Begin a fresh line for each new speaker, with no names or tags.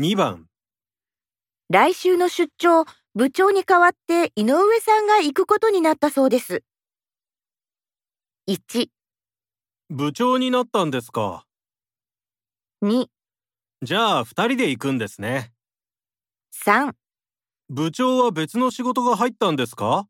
2番
来週の出張、部長に代わって井上さんが行くことになったそうです。1、
部長になったんですか
2、
じゃあ2人で行くんですね
3
部長は別の仕事が入ったんですか